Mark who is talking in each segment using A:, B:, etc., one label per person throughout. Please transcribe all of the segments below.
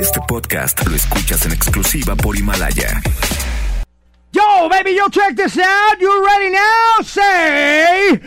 A: Este podcast lo escuchas en exclusiva por Himalaya.
B: Yo, baby, yo, check this out. You ready now? Say,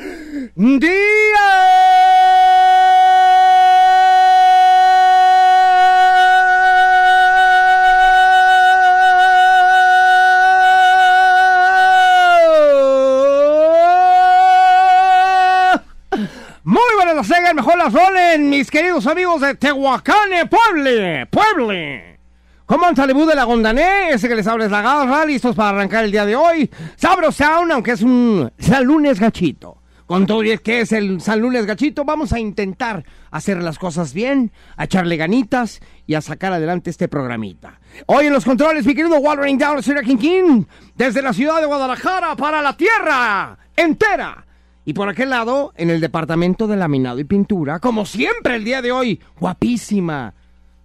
B: Dio. Muy buenas las tengan, mejor las rolen, mis queridos amigos de Tehuacán, eh, Pueble, Pueble. ¿Cómo Talibú de la Gondané? Ese que les habla es la garra, listos para arrancar el día de hoy. Sabro Sound, aunque es un San Lunes gachito. Con todo y es que es el San Lunes gachito, vamos a intentar hacer las cosas bien, a echarle ganitas y a sacar adelante este programita. Hoy en los controles, mi querido Wolverine Down, señora King King, desde la ciudad de Guadalajara para la tierra entera. Y por aquel lado, en el departamento de laminado y pintura, como siempre el día de hoy, guapísima.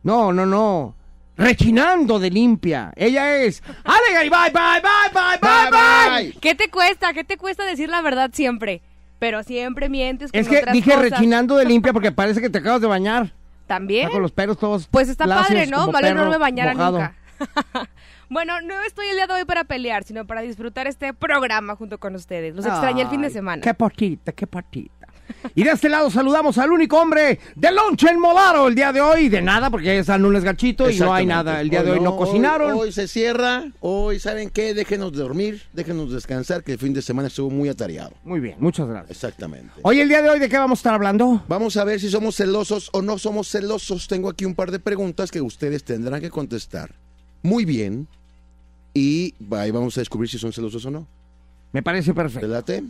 B: No, no, no. Rechinando de limpia. Ella es. Ale Garibay, bye, bye, bye, bye, bye.
C: Ay, ¿Qué te cuesta? ¿Qué te cuesta decir la verdad siempre? Pero siempre mientes con
B: Es que
C: otras
B: dije
C: cosas.
B: rechinando de limpia porque parece que te acabas de bañar.
C: También.
B: Está Con los pelos todos.
C: Pues está
B: lacios,
C: padre, ¿no?
B: como
C: Malo no
B: perro
C: me bañara
B: mojado.
C: nunca. bueno, no estoy el día de hoy para pelear, sino para disfrutar este programa junto con ustedes. Los extrañé el fin de
B: Ay,
C: semana.
B: Qué poquita, qué poquita. Y de este lado saludamos al único hombre de lonche en Molaro el día de hoy. De nada, porque es al lunes gachito y no hay
D: Exactamente.
B: nada. El día de hoy no cocinaron.
D: Hoy, se cierra. Hoy, ¿saben qué? Déjenos dormir, déjenos descansar, que el fin de semana estuvo muy atareado.
B: Muy bien, muchas gracias.
D: Exactamente.
B: Hoy el día de hoy, ¿de qué vamos a estar hablando?
D: Vamos a ver si somos celosos o no somos celosos. Tengo aquí un par de preguntas que ustedes tendrán que contestar muy bien. Y ahí vamos a descubrir si son celosos o no.
B: Me parece
D: ¿Te
B: perfecto.
D: late?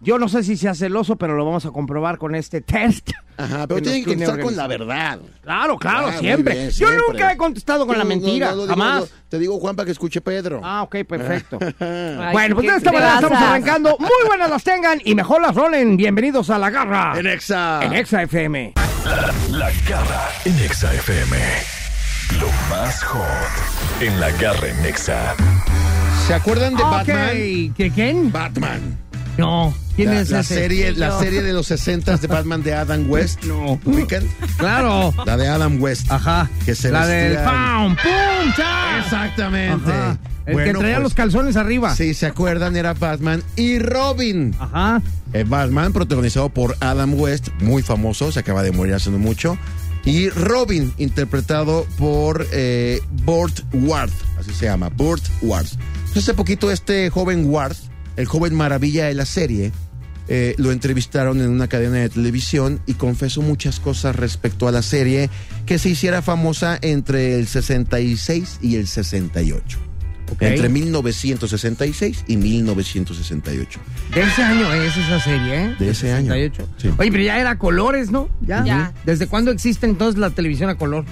B: Yo no sé si sea celoso, pero lo vamos a comprobar con este test.
D: Ajá,
B: Que
D: pero
B: nos
D: tienen que
B: tiene
D: contestar con
B: organizado.
D: la verdad.
B: Claro, claro,
D: Ah, muy
B: siempre.
D: bien,
B: Yo
D: siempre.
B: nunca he contestado con la
D: No, no,
B: mentira,
D: no lo digo,
B: jamás.
D: no, te digo, Juan, para que escuche Pedro.
B: Ah, ok, perfecto.
C: Ay,
B: bueno, pues
C: qué
B: de esta manera
C: grasas.
B: estamos arrancando. Muy buenas las tengan y mejor las rolen. Bienvenidos a La Garra
D: En Exa.
B: en Exa FM.
A: La Garra en Nexa FM. Lo más hot en La Garra en Nexa.
D: ¿Se acuerdan de Batman?
B: Ok, ¿de quién?
D: Batman.
B: No, ¿quién
D: La,
B: es
D: la
B: ese?
D: serie, la serie de los 60 de Batman de Adam West.
B: No.
D: ¿Ubican?
B: Claro.
D: La de Adam West.
B: Ajá.
D: Que se
B: la del
D: vestía-
B: pam, pum, cha.
D: Exactamente.
B: Ajá. El que
D: Bueno,
B: traía
D: pues,
B: los calzones arriba.
D: Si se acuerdan, era Batman y Robin.
B: Ajá.
D: Eh, Batman, protagonizado por Adam West, muy famoso, se acaba de morir hace no mucho. Y Robin, interpretado por eh, Burt Ward, así se llama, Burt Ward. Entonces, Hace poquito este joven Ward, el joven maravilla de la serie, eh, lo entrevistaron en una cadena de televisión y confesó muchas cosas respecto a la serie que se hiciera famosa entre el 66 y el 68.
B: Ok.
D: Entre 1966 y 1968.
B: De ese año es esa serie, ¿eh?
D: De ese año.
B: 68.
D: Sí.
B: Oye, pero ya era a colores, ¿no? Ya.
C: Ya.
B: ¿Desde cuándo existe entonces la televisión a color?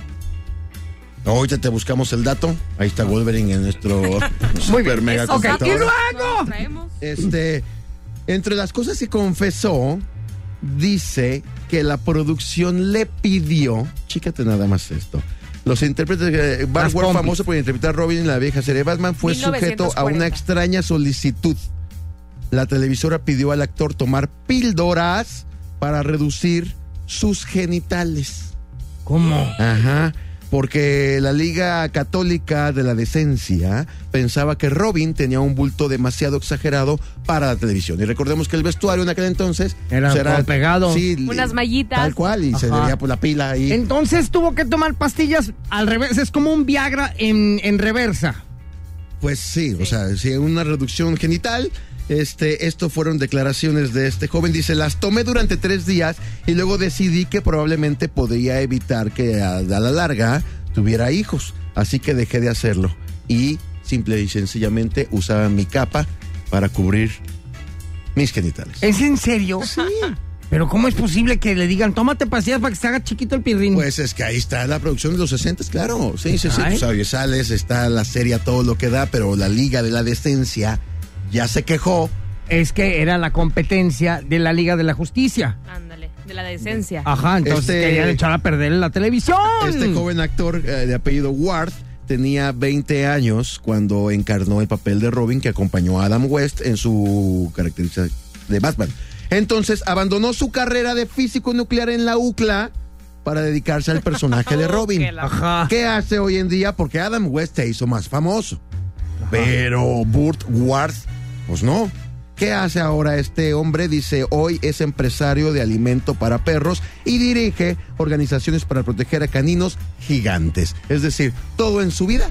D: Ahorita te buscamos el dato.
B: Ah.
D: Ahí está Wolverine en nuestro super mega
C: Eso,
B: Ok,
D: computador.
B: y luego.
C: Nos traemos.
D: Este, entre las cosas que confesó, dice que la producción le pidió, chícate nada más esto. Los intérpretes, eh, Bart
B: Las
D: Ward,
B: pompis.
D: famoso por interpretar a Robin en la vieja serie Batman, fue sujeto a
C: 1940.
D: una extraña solicitud. La televisora pidió al actor tomar píldoras para reducir sus genitales.
B: ¿Cómo?
D: Ajá. Porque la Liga Católica de la Decencia pensaba que Robin tenía un bulto demasiado exagerado para la televisión. Y recordemos que el vestuario en aquel entonces
B: Era
D: pues,
B: todo pegado.
D: Sí,
C: Unas
D: eh,
C: mallitas.
D: Tal cual, y se
B: Ajá.
D: debía por la pila ahí.
B: Entonces tuvo que tomar pastillas al revés. Es como un Viagra en, en reversa.
D: Pues sí, o sea, sí, una reducción genital. Este, esto fueron declaraciones de este joven. Dice, las tomé durante tres días y luego decidí que probablemente podría evitar que a, a la larga tuviera hijos. Así que dejé de hacerlo. Y simple y sencillamente usaba mi capa para cubrir mis genitales.
B: ¿Es en serio? Sí. Pero ¿cómo es posible que le digan, tómate pastillas para que se haga chiquito el pirrín?
D: Pues es que ahí está la producción de los 60, claro. Sí, sí, sí.
B: Ay.
D: Tú sabes, sales, está la serie a todo lo que da, pero la Liga de la Decencia ya se quejó
B: es que era la competencia de la Liga de la Justicia.
C: Ándale, de la decencia.
B: Ajá, entonces
D: Este-
B: querían echar a perder la televisión.
D: Este joven actor eh, de apellido Ward tenía 20 años cuando encarnó el papel de Robin que acompañó a Adam West en su característica de Batman. Entonces abandonó su carrera de físico nuclear en la UCLA para dedicarse al personaje de Robin.
C: Que la-
B: Ajá.
D: ¿Qué hace hoy en día? Porque Adam West te hizo más famoso. Pero Burt Ward, pues no. ¿Qué hace ahora este hombre? Dice, hoy es empresario de alimento para perros y dirige organizaciones para proteger a caninos gigantes. Es decir, todo en su vida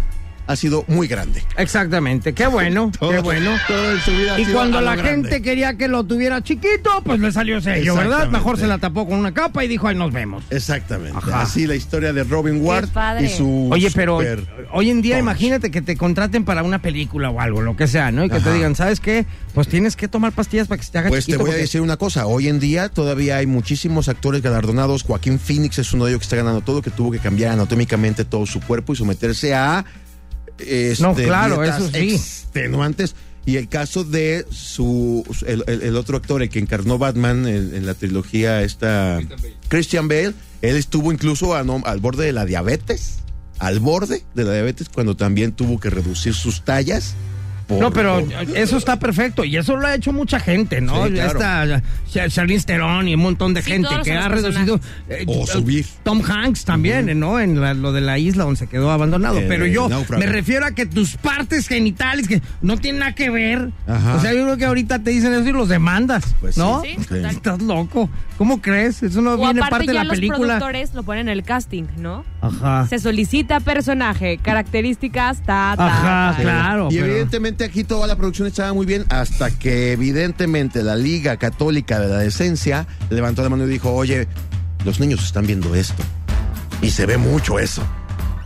D: ha sido muy grande.
B: Exactamente, qué bueno, qué
D: Todo-
B: bueno.
D: Todo en su vida ha
B: Y
D: sido
B: cuando
D: a lo
B: la
D: grande.
B: gente quería que lo tuviera chiquito, pues le salió sello, ¿verdad?
D: Exactamente.
B: Mejor se la tapó con una capa y dijo, ahí nos vemos.
D: Exactamente.
B: Ajá.
D: Así la historia de Robin Ward
C: padre.
D: y su.
B: Oye, pero
D: super-
B: hoy en día
D: punch.
B: imagínate que te contraten para una película o algo, lo que sea, ¿no? Y que te
D: Ajá.
B: digan, ¿sabes qué? Pues tienes que tomar pastillas para que se te haga
D: Pues te
B: chiquito.
D: voy a
B: porque-
D: decir una cosa, hoy en día todavía hay muchísimos actores galardonados, Joaquín Phoenix es uno de ellos que está ganando todo, que tuvo que cambiar anatómicamente todo su cuerpo y someterse a este,
B: No, claro, eso sí.
D: extenuantes. Y el caso de su el, el- el otro actor, el que encarnó Batman en, en la trilogía esta Christian Bale, él estuvo incluso a no- al borde de la diabetes, al borde de la diabetes cuando también tuvo que reducir sus tallas. por-
B: No, pero
D: por-
B: eso está perfecto y eso lo ha hecho mucha gente, ¿no?
D: Sí, claro.
B: Esta Char- Charlize Theron y un montón de
C: Sí,
B: gente
C: todos
B: que
C: los
B: ha
C: personajes.
B: reducido eh,
D: O
B: eh,
D: subir.
B: Tom Hanks también, ¿no? En la- lo de la isla donde se quedó abandonado,
D: El
B: pero yo
D: Eh, náufrago.
B: me refiero a que tus partes genitales que no tienen nada que ver.
D: Ajá.
B: O sea, yo creo que ahorita te dicen eso y los demandas,
D: Pues sí.
B: ¿no?
C: Sí,
D: Sí.
C: total.
B: Estás loco. ¿Cómo crees? Eso no
C: O
B: viene
C: aparte
B: parte de
C: ya
B: la
C: los
B: película.
C: productores lo ponen en el casting, ¿no?
B: Ajá.
C: Se solicita personaje, características, ta, ta,
B: Ajá,
C: ta.
B: claro.
D: Y
B: pero-
D: evidentemente aquí toda la producción estaba muy bien hasta que evidentemente la Liga Católica de la Decencia levantó la mano y dijo, oye, los niños están viendo esto. Y se ve mucho eso.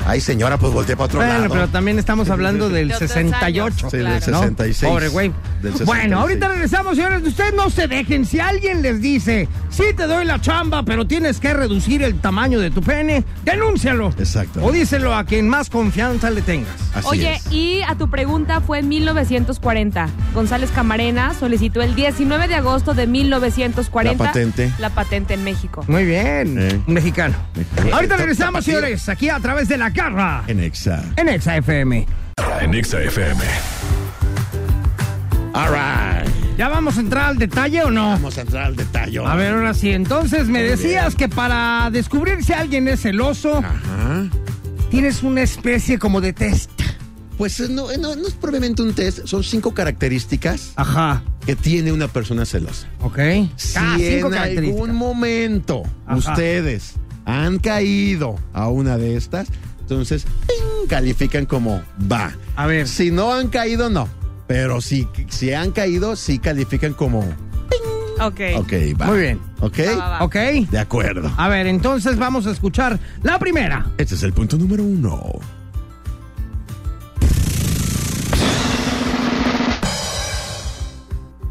D: Ay, señora, pues voltea para otro
B: Bueno,
D: lado.
B: pero también estamos hablando del
C: De otros
B: 68.
C: años.
D: Sí, del
C: claro.
B: ¿no?
D: 66.
B: Pobre güey.
D: Del 66.
B: Bueno, ahorita regresamos, señores. Ustedes no se dejen. Si alguien les dice, sí te doy la chamba, pero tienes que reducir el tamaño de tu pene, denúncialo.
D: Exacto.
B: O díselo a quien más confianza le tengas.
D: Así
C: Oye,
D: es.
C: y a tu pregunta fue en 1940. González Camarena solicitó el 19 de agosto de 1940
D: La patente.
C: la patente en México.
B: Muy bien.
D: Eh.
B: Un mexicano.
D: Mexicano.
B: Ahorita regresamos,
D: Tapatío.
B: señores, aquí a través de la garra
D: En Exa.
B: en Exa FM.
A: En Exa FM.
D: All right.
B: ¿Ya vamos a entrar al detalle o no?
D: Vamos a entrar al detalle.
B: A ver, ahora sí. Entonces me
D: Muy
B: decías que para descubrir si alguien es celoso,
D: Ajá.
B: tienes una especie como de test.
D: Pues eh, no, eh, no, no es propiamente un test, son cinco características
B: Ajá.
D: que tiene una persona celosa.
B: Ok.
D: Si
B: Ah, cinco
D: en
B: características.
D: algún momento
B: Ajá.
D: ustedes han caído a una de estas, entonces ¡ting! califican como va.
B: A ver.
D: Si no han caído, no. Pero si, si han caído, sí califican como
C: Ok.
D: ok, va.
B: Muy bien.
D: Ok,
C: Va, va, va.
B: Ok.
D: de acuerdo.
B: A ver, entonces vamos a escuchar la primera.
D: Este es el punto número uno.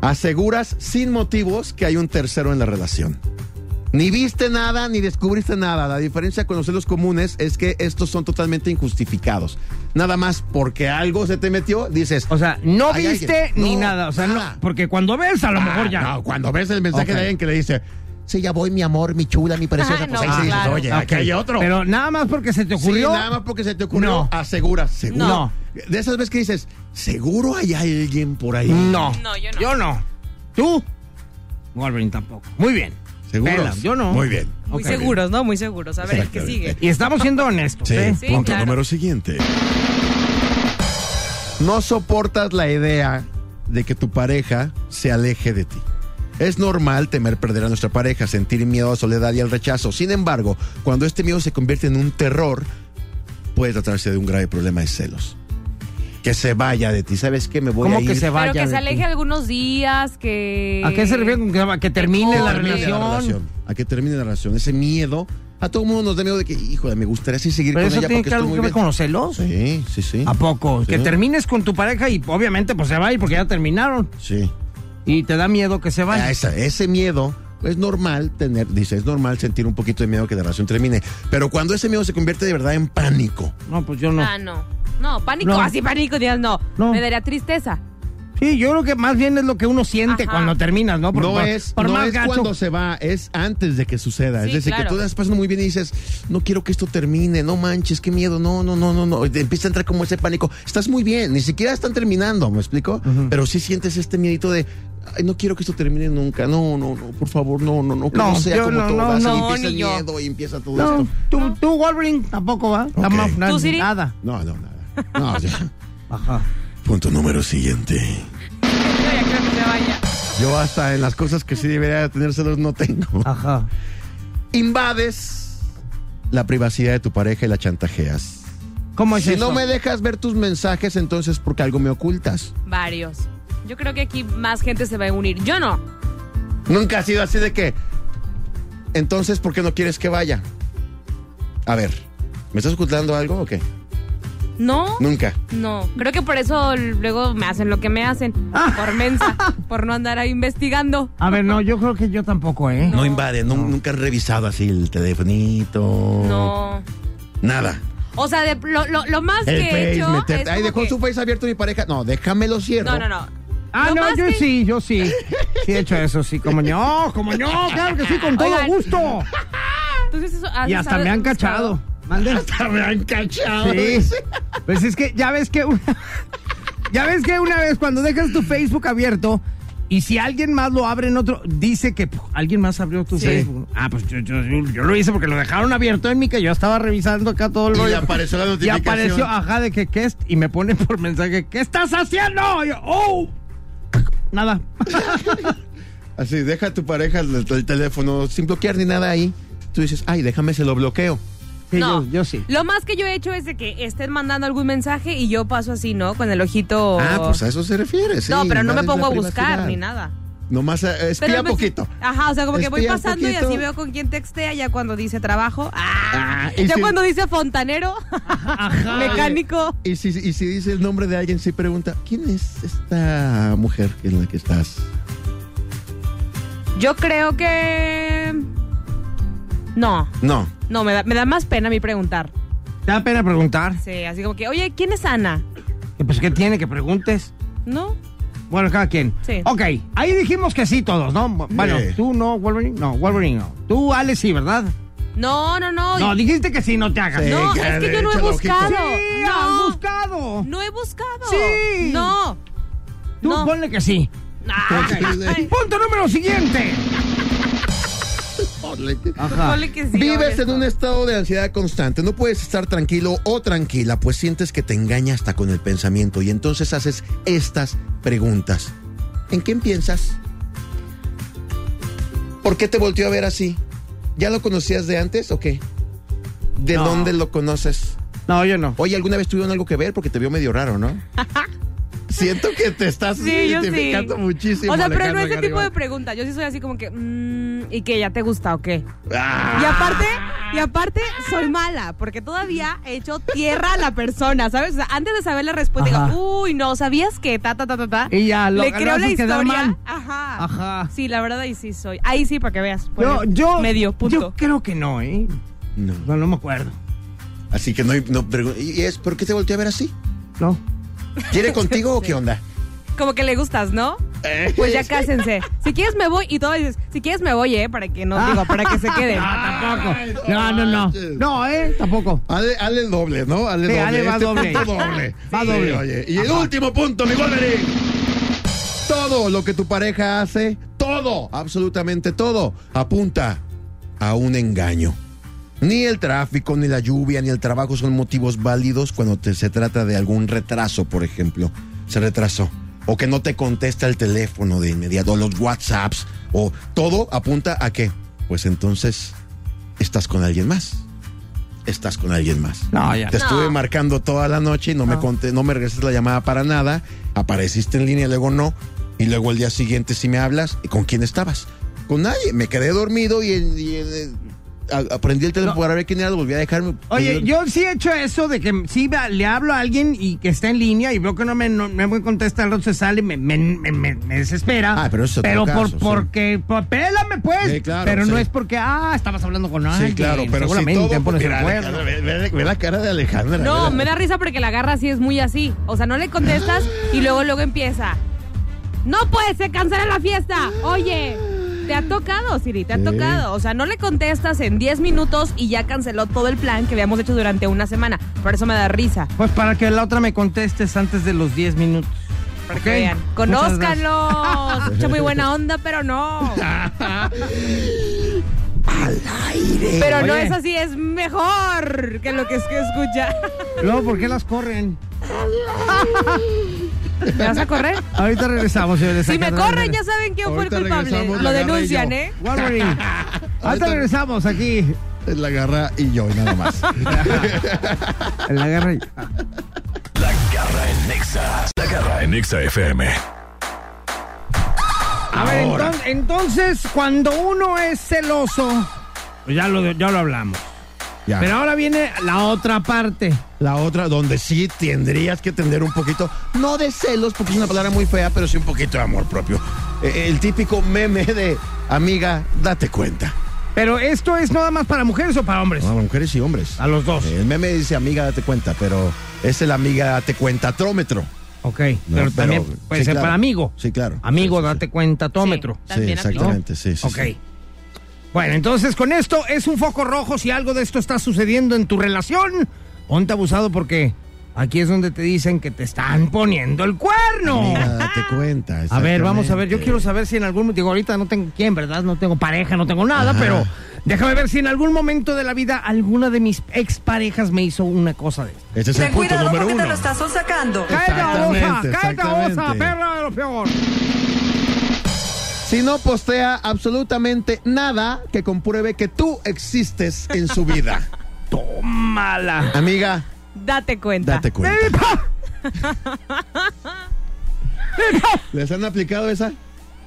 D: Aseguras sin motivos que hay un tercero en la relación. Ni viste nada, ni descubriste nada. La diferencia con los celos comunes es que estos son totalmente injustificados. Nada más porque algo se te metió, dices.
B: O sea, no
D: Hay
B: viste
D: alguien.
B: ni
D: No,
B: nada. O sea, no-
D: nada.
B: porque cuando ves, a lo mejor ya.
D: Ah, no, cuando ves el mensaje
B: Ok.
D: de alguien que le dice, sí, ya voy, mi amor, mi chula, mi preciosa,
C: Ah,
D: pues
C: no,
D: ahí sí dices,
C: claro.
D: oye,
B: Ok.
D: aquí hay otro.
B: Pero nada más porque se te ocurrió.
D: Sí, nada más porque se te ocurrió.
B: No.
D: Aseguras. ¿seguro?
B: No.
D: De esas veces que dices, seguro hay alguien por ahí.
B: No.
C: No, yo no.
B: Yo no. ¿Tú? Wolverine tampoco. Muy bien.
D: ¿Seguro?
B: Pela, yo no.
D: Muy bien.
C: Muy
B: Ok.
C: seguros, ¿no? Muy seguros. A ver, el que
D: Exactamente.
C: sigue.
B: Y estamos siendo honestos, ¿eh?
C: Sí, punto claro. número
D: siguiente. No soportas la idea de que tu pareja se aleje de ti. Es normal temer perder a nuestra pareja, sentir miedo a soledad y al rechazo. Sin embargo, cuando este miedo se convierte en un terror, puede tratarse de un grave problema de celos. Que se vaya de ti. ¿Sabes qué? Me voy
B: ¿Cómo
D: a ir.
B: que se vaya?
C: Pero que
B: de
C: se
B: ti?
C: aleje algunos días, que...
B: ¿A qué se refiere con que, que termine
C: Que
B: la
D: termine
B: relación?
D: A que termine la relación. Ese miedo. A todo mundo nos da miedo de que, híjole, me gustaría así seguir
B: Pero
D: con
B: eso
D: ella
B: tiene
D: porque
B: que algo que
D: estoy muy
B: ver con los celos.
D: bien. Sí, sí, sí.
B: ¿A poco? Que
D: Sí.
B: termines con tu pareja y obviamente pues se va a ir porque ya terminaron.
D: Sí.
B: Y te da miedo que se vaya.
D: Ah, esa- ese miedo es normal tener, dice, es normal sentir un poquito de miedo que la relación termine. Pero cuando ese miedo se convierte de verdad en pánico.
B: No, pues yo no.
C: Ah, no. No, pánico,
B: No.
C: así pánico, días no.
B: No.
C: Me daría tristeza.
B: Sí, yo creo que más bien es lo que uno siente
C: Ajá.
B: cuando terminas, ¿no? Por-
D: no
B: por-
D: es,
B: por
D: no
B: más
D: es
B: gacho.
D: cuando se va, es antes de que suceda. es
C: Sí,
D: decir,
C: claro.
D: que tú estás pasando muy bien y dices, no quiero que esto termine, no manches, qué miedo, no, no, no, no, no. Y te empieza a entrar como ese pánico. Estás muy bien, ni siquiera están terminando, ¿me explico? Pero sí sientes este miedito de, Ay, no quiero que esto termine nunca. No, no, no, por favor, no, no, no. Que no,
B: No,
D: sea
B: yo
D: como
B: no, no,
D: todas.
B: no,
D: y empieza el
B: ni yo.
D: miedo y empieza todo
B: No,
D: esto.
B: tú, tú, Wolverine, tampoco va.
D: Ok.
B: Nada, nada,
C: ¿Tú, Siri?
B: nada.
D: No, no, nada. No, ya.
B: Ajá.
D: Punto número siguiente.
C: Yo ya creo que se vaya.
D: Yo hasta en las cosas que sí debería tener celos no tengo.
B: Ajá.
D: Invades la privacidad de tu pareja y la chantajeas.
B: ¿Cómo es
D: Si
B: eso?
D: no me dejas ver tus mensajes, entonces porque algo me ocultas.
C: Varios. Yo creo que aquí más gente se va a unir. Yo no.
D: Nunca ha sido así de que. Entonces, ¿por qué no quieres que vaya? A ver, ¿me estás ocultando algo o qué?
C: No.
D: Nunca.
C: No, creo que por eso luego me hacen lo que me hacen. Por mensa, por no andar ahí investigando.
B: A ver, no, yo creo que yo tampoco, ¿eh?
D: No, invade, no- nunca has revisado así el telefonito.
C: No.
D: Nada.
C: O sea, de, lo, lo, lo más
D: El
C: que he
D: Face,
C: hecho.
D: meterte-
C: es
D: Ay,
C: como
D: dejó
C: que-
D: su Face abierto mi pareja. No, déjamelo cierro.
C: No, no, no.
B: Ah,
C: Lo
B: no,
C: más
B: yo
C: que-
B: sí, yo sí. Sí he hecho eso, sí, como no, como no, claro que sí, con todo
C: Oigan.
B: gusto.
C: Entonces, eso- ah,
B: Y
C: ¿sabes?
B: hasta me han cachado. Mande.
D: Hasta me han cachado.
B: Sí. Pues es que ya ves que una, ya ves que una vez cuando dejas tu Facebook abierto y si alguien más lo abre en otro, dice que puf, alguien más abrió tu
C: Sí.
B: Facebook. Ah, pues yo, yo- yo- yo lo hice porque lo dejaron abierto en mí que yo estaba revisando acá todo el
D: Y
B: rollo.
D: apareció la
B: Y
D: notificación.
B: apareció, ajá, de que qué es, y me pone por mensaje, ¿qué estás haciendo? Y yo, oh, nada.
D: Así, deja a tu pareja el, el teléfono sin bloquear ni nada ahí. Tú dices, ay, déjame, se lo bloqueo.
B: Sí,
C: No.
B: yo, yo sí.
C: Lo más que yo he hecho es de que estén mandando algún mensaje y yo paso así, ¿no? Con el ojito.
D: Ah, pues a eso se refiere, sí.
C: Oh. no, pero no me
D: invades
C: pongo
D: la
C: a buscar
D: privacidad.
C: ni nada.
D: Nomás eh,
C: Pero
D: espía
C: me-
D: poquito.
C: Ajá, o sea, como que voy
D: Espía
C: pasando y así
D: poquito.
C: veo con quién textea ya cuando dice trabajo. Ah,
D: Ah, y
C: ya
D: si-
C: cuando dice fontanero, Ah, mecánico.
D: Y si, y si dice el nombre de alguien, sí pregunta, ¿quién es esta mujer en la que estás?
C: Yo creo que. No,
D: No.
C: no, me da, me da más pena a mí preguntar.
B: Te da pena preguntar.
C: Sí, así como que, oye, ¿quién es Ana?
B: Y Pues, ¿qué tiene que preguntes?
C: ¿No?
B: Bueno, cada quien.
C: Sí.
B: Ok, ahí dijimos que sí todos, ¿no? Bueno,
D: Sí.
B: tú no, Wolverine, no, Wolverine no. Tú, Alex, sí, ¿verdad?
C: No, no, no.
B: No, dijiste que sí, no te hagas.
D: Sí.
C: no,
D: Venga,
C: es que yo no he
D: échale ojito.
C: buscado.
B: Sí, has
C: no,
B: buscado.
C: no he buscado.
B: Sí.
C: No.
B: Tú
C: no.
B: ponle que sí.
C: Ah, Ay,
B: Punto número siguiente. Ajá.
C: ponle que sí, oye,
D: Vives en
C: esto.
D: un estado de ansiedad constante. No puedes estar tranquilo o tranquila, pues sientes que te engaña hasta con el pensamiento. Y entonces haces estas preguntas. ¿En quién piensas? ¿Por qué te volteó a ver así? ¿Ya lo conocías de antes o qué? ¿De
B: No.
D: dónde lo conoces?
B: No, yo no.
D: Oye, ¿alguna vez tuvieron algo que ver? Porque te vio medio raro, ¿no? Siento que te estás
C: Sí, yo sí.
D: identificando muchísimo.
C: O sea, pero no
D: Alejandro
C: ese tipo de
D: Garibay.
C: preguntas. Yo sí soy así como que, mm, ¿y qué? ¿Ya te gusta o qué?
D: Ah,
C: Y aparte, y aparte, soy mala, porque todavía he hecho tierra a la persona, ¿sabes? O sea, antes de saber la respuesta,
B: Ajá.
C: digo, uy, no, ¿sabías que ta, ta, ta, ta, ta?
B: Y ya, lo-
C: Le
B: lo
C: creo la
B: haces quedar
C: historia.
B: mal.
C: Ajá.
B: Ajá.
C: Sí, la verdad ahí sí soy. Ahí sí, para que veas.
B: Yo,
C: Pone
B: yo.
C: Medio
B: Yo
C: punto.
B: creo que no, ¿eh?
D: no.
B: No, no me acuerdo.
D: Así que no, hay- no pregun- ¿Y es por qué te volteó a ver así?
B: No.
D: ¿Quiere contigo o qué onda?
C: Como que le gustas, ¿no? Pues ya cásense. Si quieres me voy y todo dices, si quieres me voy, eh, para que no digo, para que se quede.
B: Ah, tampoco. No, no, no. No, ¿eh? Tampoco.
D: Ale, ale el doble, ¿no? Ale
B: Sí,
D: doble.
B: ale va
D: Este
B: doble.
D: punto doble.
B: Va
D: Sí,
B: doble.
D: oye. Y el último punto, mi Wolverine. Todo lo que tu pareja hace, todo, absolutamente todo, apunta a un engaño. Ni el tráfico, ni la lluvia, ni el trabajo son motivos válidos cuando te- se trata de algún retraso, por ejemplo. Se retrasó. O que no te contesta el teléfono de inmediato, o los WhatsApps. O todo apunta a que, pues entonces, estás con alguien más. Estás con alguien más.
B: No, ya.
D: Te
C: No.
D: estuve marcando toda la noche y no, me conté, no me regresaste la llamada para nada. Apareciste en línea, luego no. Y luego el día siguiente si me hablas. ¿Y con quién estabas? Con nadie. Me quedé dormido y, y- eh, a- aprendí el teléfono para ver quién era, lo volví a dejarme.
B: Oye, yo sí he hecho eso de que sí va- le hablo a alguien y que está en línea y veo que no me, no, no me contesta, el otro se sale y me, me, me- me- me desespera.
D: Ah, pero eso es otro
B: por,
D: caso, sí.
B: porque, por- pélame pues.
D: Sí, claro,
B: pero no
D: sí.
B: es porque, ah, estabas hablando con alguien.
D: Sí, claro, pero
B: seguramente
D: si todo,
B: pones el
D: mira,
B: cuerno.
D: Alejandra, ve, ve- ve la cara de Alejandra.
C: No,
D: ve la-
C: me da risa porque la garra sí es muy así. O sea, no le contestas y luego luego empieza. No puede ser, cancela la fiesta. Oye, te ha tocado, Siri, te ha
D: Sí.
C: tocado. O sea, no le contestas en 10 minutos y ya canceló todo el plan que habíamos hecho durante una semana. Por eso me da risa.
B: Pues para que la otra me contestes antes de los 10 minutos.
C: para que
B: Ok,
C: vean.
B: muchas
C: Conózcalos. Escucha muy buena onda, pero no. Pero no
B: Oye.
C: es así, es mejor que lo que es que escucha.
B: Luego, ¿por qué las corren?
C: ¿Me vas a correr?
B: Ahorita regresamos, señores.
C: Si me
B: Acá-
C: corren, ya saben quién fue el
D: Ahorita
C: culpable.
D: regresamos,
C: Lo
D: la agarré
C: denuncian,
D: yo.
C: ¿eh?
B: Wolverine. Ahorita regresamos aquí.
D: La garra y yo, y nada más.
B: En la guerra.
A: La garra en Nexa. La garra en Nexa FM.
B: A ver, enton- entonces, cuando uno es celoso, pues ya lo, ya lo hablamos.
D: Ya.
B: Pero ahora viene la otra parte.
D: La otra, donde sí tendrías que tener un poquito, no de celos, porque es una palabra muy fea, pero sí un poquito de amor propio. Eh, El típico meme de amiga, date cuenta.
B: Pero esto es nada más para mujeres o para hombres.
D: No, mujeres y hombres.
B: A los dos.
D: Ah. El meme dice amiga, date cuenta, pero es el amiga, date cuenta, trómetro.
B: Ok.
D: No,
B: pero, también
D: pero-
B: puede
D: sí,
B: ser
D: claro.
B: para amigo.
D: Sí, claro.
B: Amigo,
D: Sí, sí, sí.
B: date cuenta, tómetro.
C: Sí,
D: Sí,
C: también aplica.
D: exactamente, sí, sí.
B: Ok.
D: sí.
B: Bueno, entonces con esto es un foco rojo si algo de esto está sucediendo en tu relación. Ponte abusado porque aquí es donde te dicen que te están poniendo el cuerno.
D: Amiga, date cuenta.
B: A ver, vamos a ver. Yo
D: exactamente.
B: quiero saber si en algún digo ahorita no tengo quién, verdad, no tengo pareja, no tengo nada,
D: Ajá.
B: pero déjame ver si en algún momento de la vida alguna de mis exparejas me hizo una cosa de esto.
D: Este es el
E: Ten
D: punto
E: cuidado
D: número
E: porque te
D: uno.
E: lo estás sacando.
B: Cállate la boca,
D: Exactamente,
B: cállate la boca,
D: exactamente.
B: perra de lo peor.
D: Si no postea absolutamente nada que compruebe que tú existes en su vida.
B: Tómala.
D: Amiga,
C: Date cuenta.
D: date cuenta. ¿Les han aplicado esa?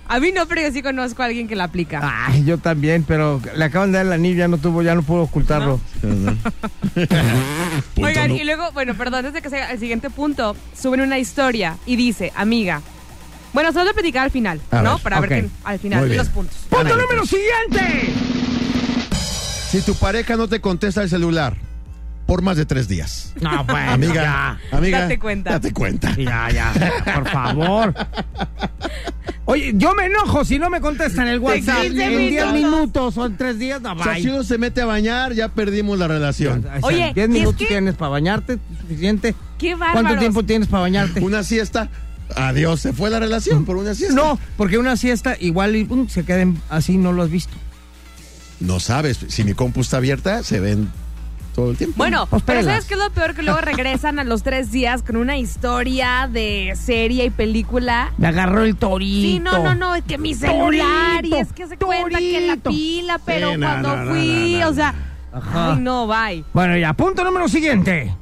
C: A mí no, pero yo sí conozco a alguien que la aplica.
D: Ah,
B: Ay, yo también, pero le acaban de dar el anillo, ya no tuvo, ya no pudo ocultarlo.
C: Oigan, y luego, bueno, perdón, antes de que sea el siguiente punto, suben una historia y dice, amiga. Bueno, solo lo platicar al final,
D: A
C: ¿no?
D: ver,
C: Para
B: ok.
C: ver que, al final
D: Muy bien.
C: los puntos.
B: ¡Punto número siguiente!
D: Si tu pareja no te contesta el celular por más de tres días.
B: No, bueno,
D: Amiga, amiga,
C: Date cuenta.
D: Date cuenta.
B: Ya, ya, ya, por favor. Oye, yo me enojo si no me contestan el WhatsApp en
C: 15
B: 10
C: minutos.
B: minutos o en 3 días. No,
D: O sea, si
B: bye.
D: uno se mete a bañar, ya perdimos la relación.
C: Oye, y
B: 10
C: es
B: minutos
C: que-
B: tienes para bañarte, suficiente.
C: ¡Qué bárbaros!
B: ¿Cuánto tiempo tienes para bañarte?
D: Una siesta, adiós, se fue la relación por una siesta.
B: No, porque una siesta igual y, um, se queden así, no lo has visto.
D: No sabes, si mi compu está abierta, se ven todo el tiempo.
C: Bueno,
B: Pues
C: pero
B: pelas.
C: ¿sabes qué es lo peor? Que luego regresan a los tres días con una historia de serie y película.
B: Me agarró el torito.
C: Sí, no, no, no, es que mi celular y
B: Torito,
C: es que se cuenta que la
B: torito.
C: pila, pero
D: Sí, no,
C: cuando
D: no, no,
C: fui,
D: no, no,
C: o sea,
B: Ajá.
C: ay, no, bye.
B: Bueno, ya, punto número siguiente.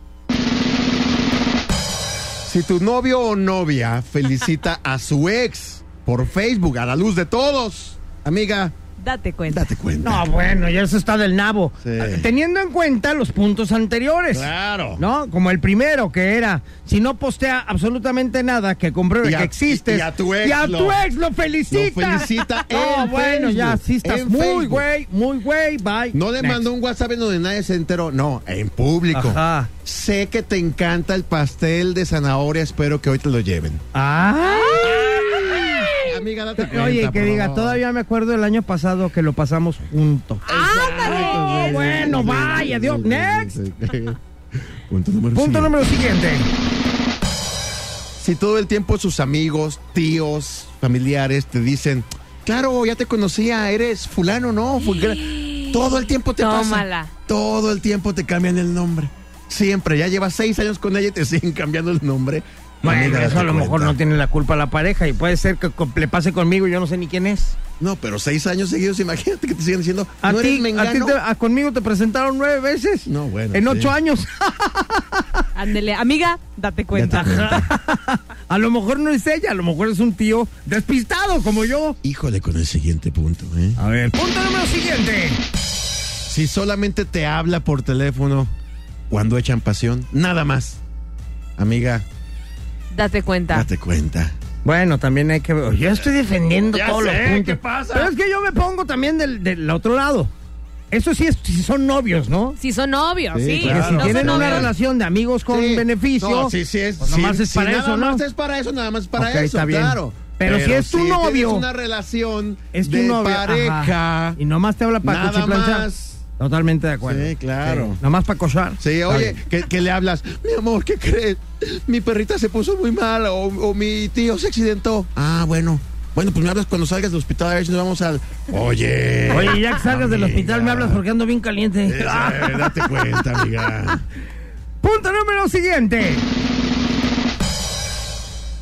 D: Si tu novio o novia felicita a su ex por Facebook a la luz de todos, amiga,
C: Date cuenta.
D: date cuenta.
B: No, bueno, ya eso está del nabo.
D: Sí.
B: Teniendo en cuenta los puntos anteriores.
D: Claro.
B: ¿No? Como el primero que era, si no postea absolutamente nada que compruebe
D: Y a-
B: que existes.
D: y a tu ex
B: y a
D: lo-
B: tu ex lo felicita.
D: lo felicita
B: No,
D: en
B: bueno, ya,
D: Facebook,
B: sí estás
D: en
B: muy
D: Facebook.
B: güey, muy güey, bye.
D: No le
B: Next.
D: mandó un WhatsApp en donde nadie se enteró. No, en público.
B: Ajá.
D: Sé que te encanta el pastel de zanahoria. Espero que hoy te lo lleven.
B: ¡Ay!
D: Amiga, date cuenta.
B: Oye, que
D: por
B: diga,
D: favor.
B: todavía me acuerdo del año pasado que lo pasamos juntos. Ah,
C: ¡Ándale!
B: bueno, vaya, Dios. Next.
D: Punto número
B: Punto
D: cinco.
B: número siguiente.
D: Si todo el tiempo sus amigos, tíos, familiares te dicen, claro, ya te conocía, eres fulano, ¿no? Fulgra-". Todo el tiempo te
C: Tómala.
D: pasa. Todo el tiempo te cambian el nombre. Siempre, ya llevas seis años con ella y te siguen cambiando el nombre.
B: Bueno,
D: Amiga,
B: eso
D: date
B: a lo mejor
D: cuenta.
B: no tiene la culpa la pareja y puede ser que co- le pase conmigo y yo no sé ni quién es.
D: No, pero seis años seguidos, imagínate que te siguen diciendo,
B: A
D: ¿no eres
B: ti, a ti
D: Mengano?".
B: te- a- conmigo te presentaron nueve veces.
D: No, bueno,
B: En
D: sí.
B: ocho años.
C: Ándele, amiga, date cuenta.
B: a lo mejor no es ella, a lo mejor es un tío despistado como yo.
D: Híjole con el siguiente punto, ¿eh?
B: A ver, punto número siguiente.
D: Si solamente te habla por teléfono cuando echan pasión, nada más. Amiga,
C: Date cuenta.
D: date cuenta.
B: Bueno, también hay que ver. Yo estoy defendiendo todos los puntos.
D: ¿qué pasa?
B: Pero es que yo me pongo también del, del otro lado. Eso sí es, si son novios, ¿no?
C: Si son novios,
D: Sí,
C: sí.
D: claro.
B: Si
C: no
B: tienen
C: son
B: una
C: novios.
B: relación de amigos con
D: Sí.
B: beneficio.
D: No, sí, sí es.
B: pues nomás
D: sí,
B: es para
D: sí,
B: eso,
D: nada
B: ¿no?
D: más es para eso, nada más es para
B: Ok,
D: eso,
B: está bien.
D: claro.
B: Pero si es tu
D: tienes
B: novio,
D: una relación
B: Es tu
D: de
B: novio.
D: pareja.
B: ajá. Y nomás te habla para
D: nada
B: cuchiplanchar.
D: más.
B: Totalmente de acuerdo.
D: Sí, claro.
B: Nada más para cochar.
D: Sí, oye, que, que le hablas, mi amor, ¿qué crees? Mi perrita se puso muy mal o, o mi tío se accidentó. Ah, bueno. Bueno, pues me hablas cuando salgas del hospital a ver si nos vamos al... Oye.
B: Oye, ya que salgas del
D: Amiga.
B: hospital me hablas porque ando bien caliente.
D: Esa, eh, date cuenta, amiga.
B: Punto número siguiente.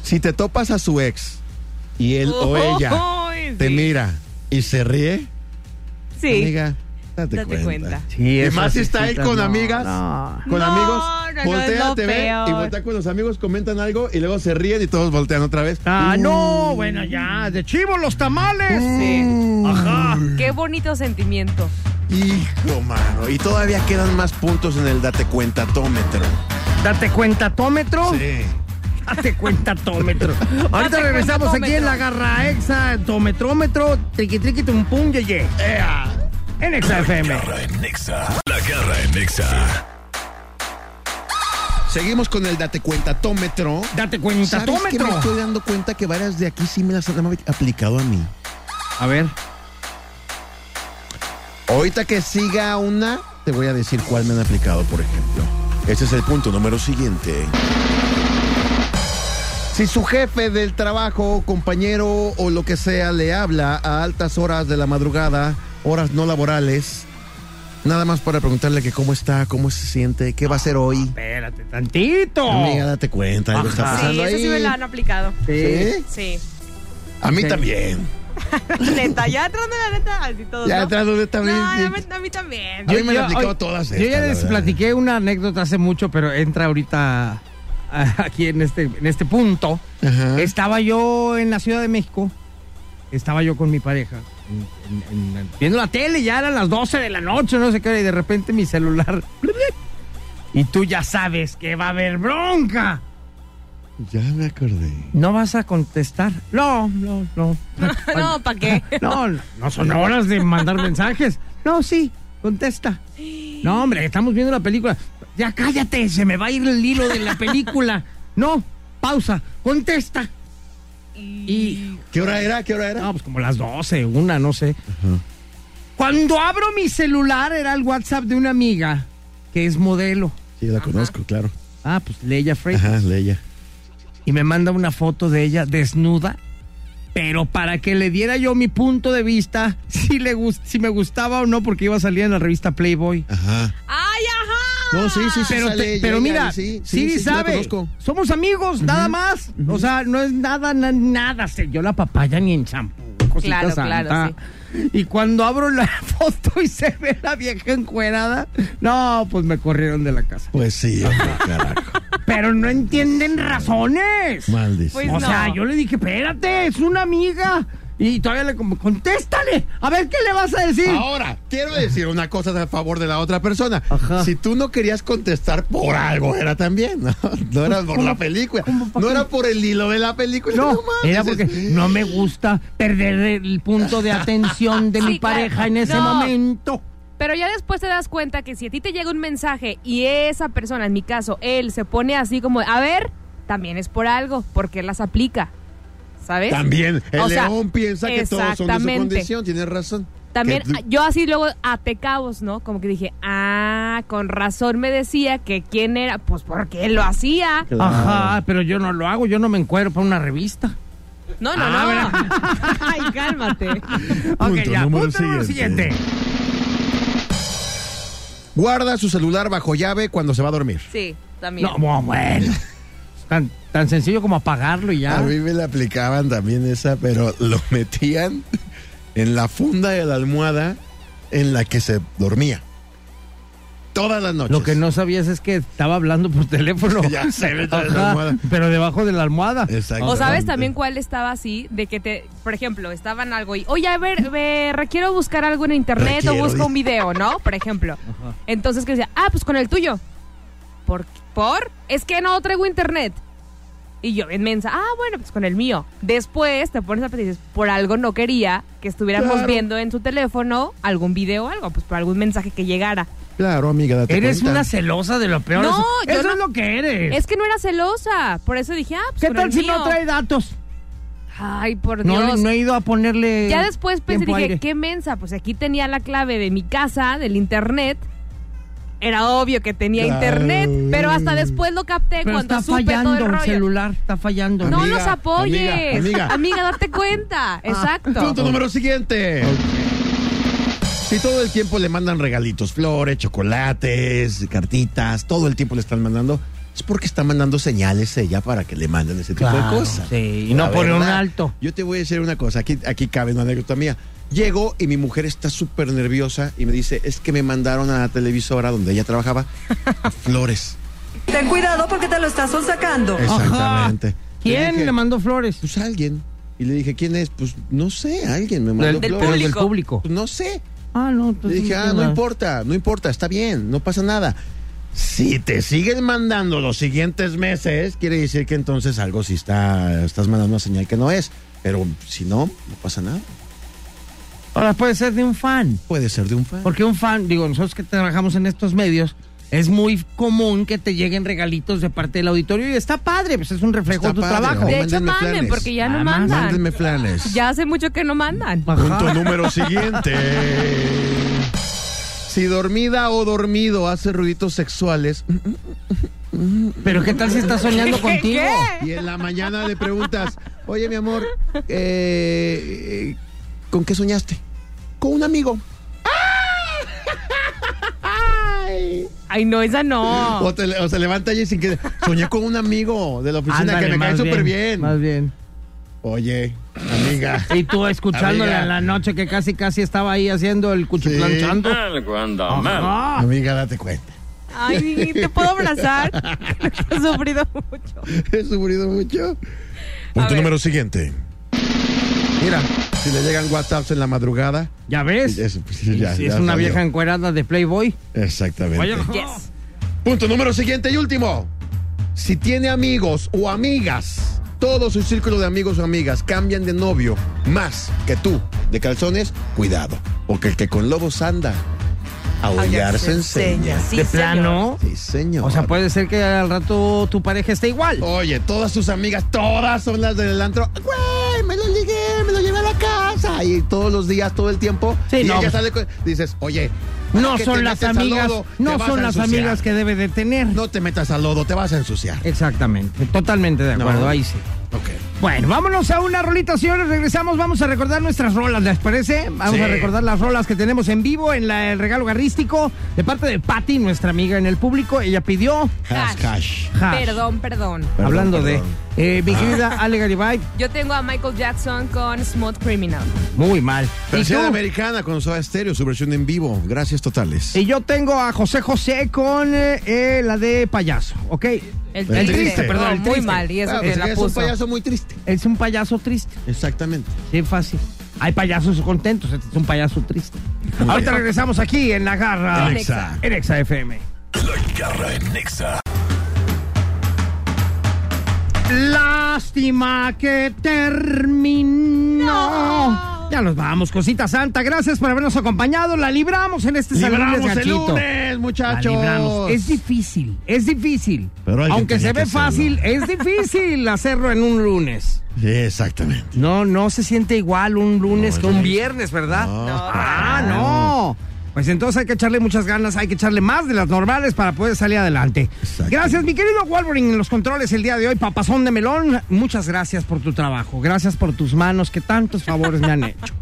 D: Si te topas a su ex y él o ella
C: Ay,
D: te
C: sí.
D: mira y se ríe,
C: Sí.
D: amiga, date,
C: Date
D: cuenta.
C: cuenta.
B: Sí,
D: Y
B: esas
D: más si está él
B: citas,
D: con
B: no,
D: amigas, Uh.
B: no.
D: con
C: No,
D: amigos,
C: no, no, es
D: voltea,
C: lo
D: te ve y
C: peor.
D: voltea con los amigos, comentan algo y luego se ríen y todos voltean otra vez.
B: Ah, no, bueno, ya. De chivo, los tamales.
C: Sí.
B: Ajá.
C: Qué bonito sentimiento.
D: Hijo, mano. Y todavía quedan más puntos en el date cuentatómetro.
B: Date cuenta, tómetro.
D: Uh. Sí.
B: Date cuenta, tómetro. Ahorita
C: Date
B: regresamos
C: cuenta,
B: aquí en la
C: tómetro.
B: garra exa, tometrómetro, triqui triqui tum pum ye ye. En Exa FM.
A: Garra en Nexa. La garra en Nexa.
D: Seguimos con el date cuentatómetro.
B: Date cuenta,
D: ¿Sabes qué?
B: tómetro.
D: Me estoy dando cuenta que varias de aquí sí me las han aplicado a mí.
B: A ver.
D: Ahorita que siga una, te voy a decir cuál me han aplicado, por ejemplo. Ese es el punto número siguiente. Si su jefe del trabajo, compañero o lo que sea le habla a altas horas de la madrugada, horas no laborales, nada más para preguntarle que cómo está, cómo se siente, qué va a hacer hoy.
B: Espérate tantito.
D: Amiga, date cuenta, algo está
B: Ajá.
D: pasando
C: sí, eso sí me
D: ahí.
C: la han aplicado.
D: ¿Sí?
C: Sí.
D: A mí
B: Sí.
D: también.
C: neta, ya atrás de la neta, así todo.
D: Ya
C: ¿no?
D: atrás de
C: No,
D: también.
C: ya me- a mí también.
D: Yo- A mí me la aplicó todas
B: Yo
D: estas,
B: ya
D: la
B: les
D: verdad.
B: platiqué una anécdota hace mucho, pero entra ahorita ah, aquí en este, en este punto.
D: Ajá.
B: Estaba yo en la Ciudad de México. Estaba yo con mi pareja. en- en- en- viendo la tele, ya eran las 12 de la noche, no sé qué. hora, Y de repente mi celular. Y tú ya sabes que va a haber bronca.
D: Ya me acordé.
B: No vas a contestar. No, no, no.
C: No, ¿para qué?
B: No, no son horas de mandar mensajes. No, sí, contesta. No, hombre, estamos viendo la película. Ya cállate, se me va a ir el hilo de la película. No, pausa, contesta. Y,
D: ¿Qué hora era? ¿Qué hora era?
B: no, pues como las 12, una, no sé. Cuando abro mi celular era el WhatsApp de una amiga que es modelo.
D: Sí, la conozco, claro.
B: Ah, pues Leia Freitas.
D: Ajá, Leia.
B: y me manda una foto de ella desnuda. Pero para que le diera yo mi punto de vista, si, le gus- si me gustaba o no, porque iba a salir en la revista Playboy.
D: Ajá.
C: ¡Ay, ajá!
D: No, Ah, sí, sí, sí.
B: Pero,
D: sale
B: te-
D: ella,
B: pero
D: ella,
B: mira,
D: sí,
B: sí,
D: sí, sí, sí, la
B: sabe,
D: conozco.
B: somos amigos, nada más. O sea, no es nada, na- nada. Se yo la papaya ni en champú. cosita
C: Claro,
B: santa.
C: claro,
B: Y cuando abro la foto y se ve la vieja encuerada, no, pues me corrieron de la casa.
D: Pues sí, hombre, carajo.
B: Pero no entienden razones.
D: Maldición.
C: Pues
B: O
C: no.
B: sea, yo le dije, espérate, es una amiga. Y todavía le como, contéstale, a ver qué le vas a decir.
C: Ah,
D: Ahora, quiero decir una cosa a favor de la otra persona.
B: Ajá.
D: Si tú no querías contestar por algo, era también, ¿no? No era por la película. No era por el hilo de la película.
B: no,
D: mames.
B: era porque no me gusta perder el punto de atención de
C: Sí,
B: mi
C: claro.
B: pareja en ese
C: No.
B: momento.
C: Pero ya después te das cuenta que si a ti te llega un mensaje y esa persona, en mi caso, él se pone así como, a ver, también es por algo, porque las aplica. ¿Sabes?
D: También, el
C: O sea,
D: león piensa que todos son de su
C: exactamente.
D: condición, tienes razón.
C: También
D: Que tú-
C: ah, yo así luego até cabos, ¿no? Como que dije, ah, con razón me decía que quién era, pues porque él lo hacía.
B: Ajá, pero yo no lo hago, yo no me encuentro para una revista.
C: No, no,
B: Ah,
C: no. Ay, cálmate.
B: Ok,
D: Punto
B: ya,
D: número
B: punto número
D: siguiente.
B: siguiente.
D: Guarda su celular bajo llave cuando se va a dormir.
C: Sí, también.
B: No, bueno, bueno. Tan, tan sencillo como apagarlo y ya.
D: A mí me la aplicaban también esa, pero lo metían en la funda de la almohada en la que se dormía. Todas las noches.
B: Lo que no sabías es que estaba hablando por teléfono.
D: pues. Ya sé, detrás de la
B: Ajá,
D: almohada.
B: Pero debajo de la almohada.
D: Exacto.
C: O sabes también cuál estaba así, de que te, por ejemplo, estaban algo y, oye, a ver, me requiero buscar algo en internet
D: Requiero,
C: o busco
D: dice.
C: un video, ¿no? Por ejemplo. Entonces que decía, ah, pues con el tuyo. ¿Por? ¿Por? Es que no traigo internet. Y yo, inmensa, ah, bueno, pues con el mío. Después te pones a pensar, y dices, por algo no quería que estuviéramos
D: Claro.
C: viendo en su teléfono algún video o algo, pues por algún mensaje que llegara.
D: Claro, amiga, date
B: Eres
D: cuenta.
B: una celosa de lo peor.
C: No,
B: eso
C: yo
B: eso
C: no-
B: es lo que eres.
C: Es que no era celosa, por eso dije, ah, pues
B: ¿Qué
C: con
B: tal
C: el
B: si
C: mío.
B: no trae datos?
C: Ay, por Dios.
B: No, no he ido a ponerle.
C: Ya después pensé,
B: tiempo
C: dije,
B: aire.
C: qué mensa. Pues aquí tenía la clave de mi casa, del internet. Era obvio que tenía
D: Claro.
C: internet, pero hasta después lo capté
B: Pero
C: cuando
B: está
C: supe todo
B: fallando
C: el
B: el
C: rollo.
B: celular, está fallando.
C: No
D: Amiga,
C: nos apoyes.
D: amiga, amiga. Ah,
C: date cuenta.
D: Punto
C: Exacto.
D: número siguiente. Si todo el tiempo le mandan regalitos, flores, chocolates, cartitas, todo el tiempo le están mandando, es porque está mandando señales ella para que le manden ese tipo
B: Claro,
D: de cosas.
B: sí, y no
D: La
B: poner un
D: verdad,
B: alto.
D: Yo te voy a decir una cosa, aquí, aquí cabe una anécdota mía. Llego y mi mujer está súper nerviosa y me dice, es que me mandaron a la televisora donde ella trabajaba flores.
E: Ten cuidado porque te lo estás sacando.
B: Ajá.
D: Exactamente.
B: ¿Quién
D: dije,
B: le mandó flores?
D: Pues alguien. Y le dije, ¿quién es? Pues no sé, alguien me mandó
B: Del,
C: del
D: flores.
B: pero del
C: público.
B: público.
D: Pues, no sé.
B: Ah, no.
D: Le
B: entonces
D: dije, ah, no
B: tiene nada.
D: importa, no importa, está bien, no pasa nada. Si te siguen mandando los siguientes meses, quiere decir que entonces algo sí está, estás mandando una señal que no es. Pero si no, no pasa nada.
B: Ahora puede ser de un fan.
D: Puede ser de un fan.
B: Porque un fan, digo, nosotros que trabajamos en estos medios, es muy común que te lleguen regalitos de parte del auditorio y está padre, pues es un reflejo
D: Está
B: de tu
D: padre,
B: trabajo.
D: o
C: De hecho,
D: mándenme
C: manden,
D: planes.
C: porque ya no
B: Nada más,
C: mandan.
D: Mándenme planes.
C: Ya hace mucho que no mandan.
B: Ajá.
D: Punto número siguiente. Si dormida o dormido hace ruiditos sexuales
B: Pero ¿qué tal si está soñando contigo?
D: y en la mañana le preguntas, oye mi amor, eh, eh, ¿con qué soñaste? Con un amigo.
C: Ay, no, esa no.
D: O, te- o se levanta allí sin que. Soñé con un amigo de la oficina
B: Ándale,
D: Pues que me cae
B: más
D: súper bien.
B: Más bien.
D: Oye, amiga.
B: Y tú escuchándole
D: Amiga.
B: en la noche que casi casi estaba ahí haciendo el cuchiplanchando.
E: Ah,
B: Ajá.
D: Amiga, date cuenta.
C: Ay, te puedo abrazar. He sufrido mucho.
D: He sufrido mucho.
C: Punto ver. número
D: siguiente. Mira, si le llegan WhatsApps en la madrugada.
B: Ya ves.
D: Es- pues, ya-
B: si
D: ya
B: es una
D: salió.
B: vieja encuerada de Playboy.
D: Exactamente.
B: Vaya-
C: Yes.
D: Punto número siguiente y último. Si tiene amigos o amigas, todo su círculo de amigos o amigas cambian de novio más que tú de calzones, cuidado. Porque el que con lobos anda, aullar Ah, se enseña.
E: Sí,
B: de
E: señor.
B: plano.
D: Sí, señor. Oh,
B: O sea, puede ser que al rato tu pareja esté igual.
D: Oye, todas sus amigas, todas son las del antro. Güey, me lo ligué, me lo llevé a la casa. Y todos los días, todo el tiempo.
B: Sí,
D: y
B: no,
D: ella
B: pues-
D: sale con- Dices, oye. ¿para
B: No
D: qué te
B: son las
D: metes al
B: amigas,
D: lodo? Te
B: no
D: vas
B: son
D: a
B: las
D: ensuciar.
B: amigas que debe de tener.
D: No te metas al lodo, te vas a ensuciar.
B: Exactamente, totalmente de acuerdo,
D: No.
B: ahí sí.
D: Ok.
B: Bueno, vámonos a una rolita, señores. Regresamos, vamos a recordar nuestras rolas, ¿les parece? Vamos
D: Sí.
B: a recordar las rolas que tenemos en vivo en la- el regalo garrístico de parte de Patty, nuestra amiga en el público. Ella pidió.
D: Hash,
C: Hash.
D: hash.
B: hash.
C: Perdón, perdón.
D: Perdón,
B: Hablando
D: perdón. Ah.
B: de eh, mi querida Ale Garibay,
C: Yo tengo a Michael Jackson con Smooth Criminal.
B: muy mal. ¿Y,
D: Versión
B: tú?
D: americana con Soda Stereo, su versión en vivo. Gracias totales.
B: Y yo tengo a José José con eh, eh, la de payaso, ¿ok?
C: El
D: triste.
C: triste,
D: perdón,
C: No,
B: el
C: Muy
B: triste.
C: mal, y eso
D: Ah,
C: que
D: pues
C: la
D: es un
C: puso.
D: payaso muy triste.
B: Es un payaso triste.
D: Exactamente.
B: Sí, fácil. Hay payasos contentos, este es un payaso triste.
D: Muy
B: Ahorita
D: bien.
B: regresamos aquí en la garra.
C: En Exa.
B: En Exa FM.
A: Garra en Nexa.
B: Lástima que terminó. Ya nos vamos, cosita santa. Gracias por habernos acompañado. La libramos en este salón
D: Libramos el
B: gachito.
D: lunes,
B: La
D: muchachos.
B: libramos. Es difícil, es difícil.
D: Pero alguien
B: Aunque
D: tenía
B: se
D: que
B: ve
D: hacerlo.
B: fácil, es difícil hacerlo en un lunes.
D: Sí, exactamente.
B: No, no se siente igual un lunes que un viernes, ¿verdad? Ah, no. Pues entonces hay que echarle muchas ganas, hay que echarle más de las normales para poder salir adelante.
D: Exacto.
B: Gracias, mi querido Wolverine, en los controles el día de hoy, papazón de melón. Muchas gracias por tu trabajo, gracias por tus manos que tantos favores me han hecho.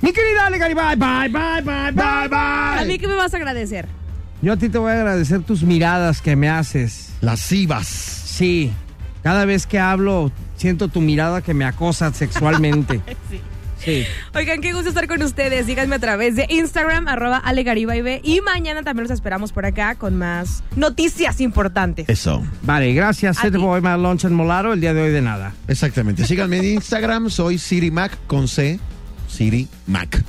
B: Mi querida Ale Garibay, bye, bye, bye, bye, bye.
C: A mí que me vas a agradecer.
B: Yo a ti te voy a agradecer tus miradas que me haces.
D: Las IVAs.
B: Sí, cada vez que hablo siento tu mirada que me acosa sexualmente. sí.
C: Oigan, qué gusto estar con ustedes. Díganme a través de Instagram, arroba alegaribaibe. Y mañana también los esperamos por acá con más noticias importantes.
D: Eso.
B: Vale, gracias,
C: A
B: Seth
C: ti.
B: Boy, My Lunch and Molaro, el día de hoy de nada.
D: Exactamente. Síganme en Instagram, soy Siri Mac con C. Siri Mac.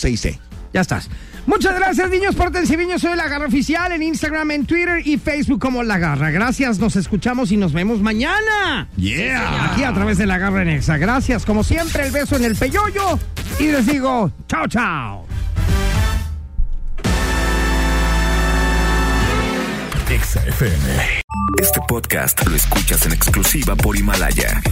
D: 6C.
B: Ya estás. Muchas gracias, niños, por niños. Soy La Garra Oficial en Instagram, en Twitter y Facebook como La Garra. Gracias, nos escuchamos y nos vemos mañana.
D: Yeah.
B: Aquí a través de La Garra en Exa. Gracias, como siempre, el beso en el peyoyo. Y les digo, chao, chao.
A: Exa FM.
F: Este podcast lo escuchas en exclusiva por Himalaya.